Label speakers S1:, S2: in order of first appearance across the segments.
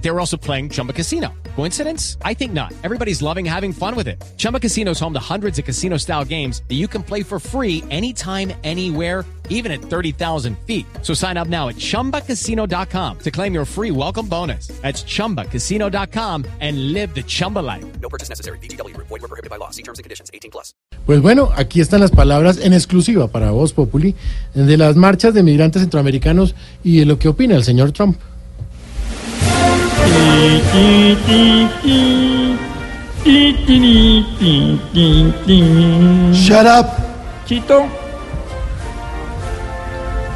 S1: They were also playing Chumba Casino. Coincidence? I think not. Everybody's loving having fun with it. Chumba Casino is home to hundreds of casino style games that you can play for free anytime, anywhere even at 30,000 feet. So sign up now at ChumbaCasino.com to claim your free welcome bonus. That's ChumbaCasino.com and live the Chumba life.
S2: No purchase necessary. BGW. Void were prohibited by law. See terms and conditions. 18 plus.
S3: Pues bueno, aquí están las palabras en exclusiva para Voz Populi de las marchas de migrantes centroamericanos y de lo que opina el señor Trump.
S4: Shut up.
S5: Chito,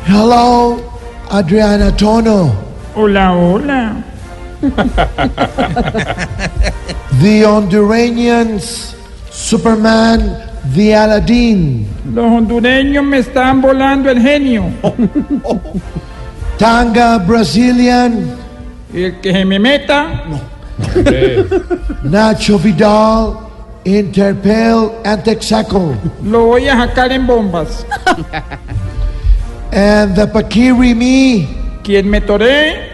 S4: Hello, Adriana Tono,
S5: hola, hola.
S4: the Honduranians, Superman, the Aladdin,
S5: Los hondureños me están volando el genio.
S4: Tanga Brazilian,
S5: El que se me meta,
S4: Nacho Vidal, Interpel and Texaco,
S5: lo voy a sacar en bombas.
S4: and the Pakiri Me,
S5: Quien me toree,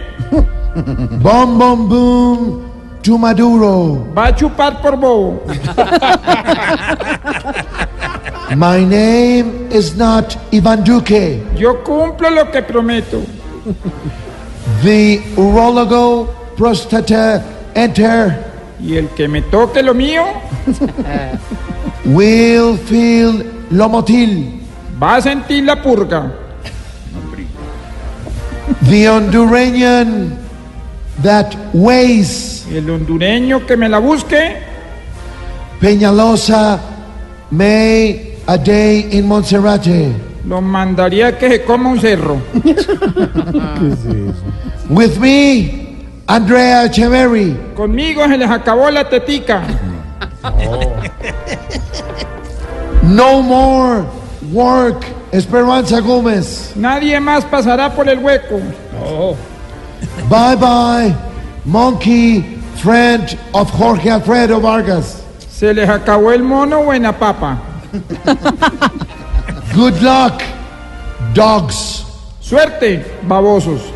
S4: Boom Boom Boom, to Maduro.
S5: va a chupar por bobo.
S4: My name is not Ivan Duque.
S5: Yo cumplo lo que prometo.
S4: The urologo prostata enter
S5: Y el que me toque lo mío,
S4: will feel lomotil.
S5: va a sentir la purga.
S4: The Honduranian that weighs
S5: El hondureño que me la busque,
S4: Peñalosa May a day in Monserrate
S5: lo mandaría a que se coma un cerro.
S4: with me, Andrea Cheveri,
S5: Conmigo se les acabó la tetica.
S4: no more work. Esperanza Gomez,
S5: Nadie más pasará por el hueco.
S4: bye bye, monkey friend of Jorge Alfredo Vargas.
S5: Se les acabó el mono buena papa.
S4: Good luck, dogs.
S5: Suerte, babosos.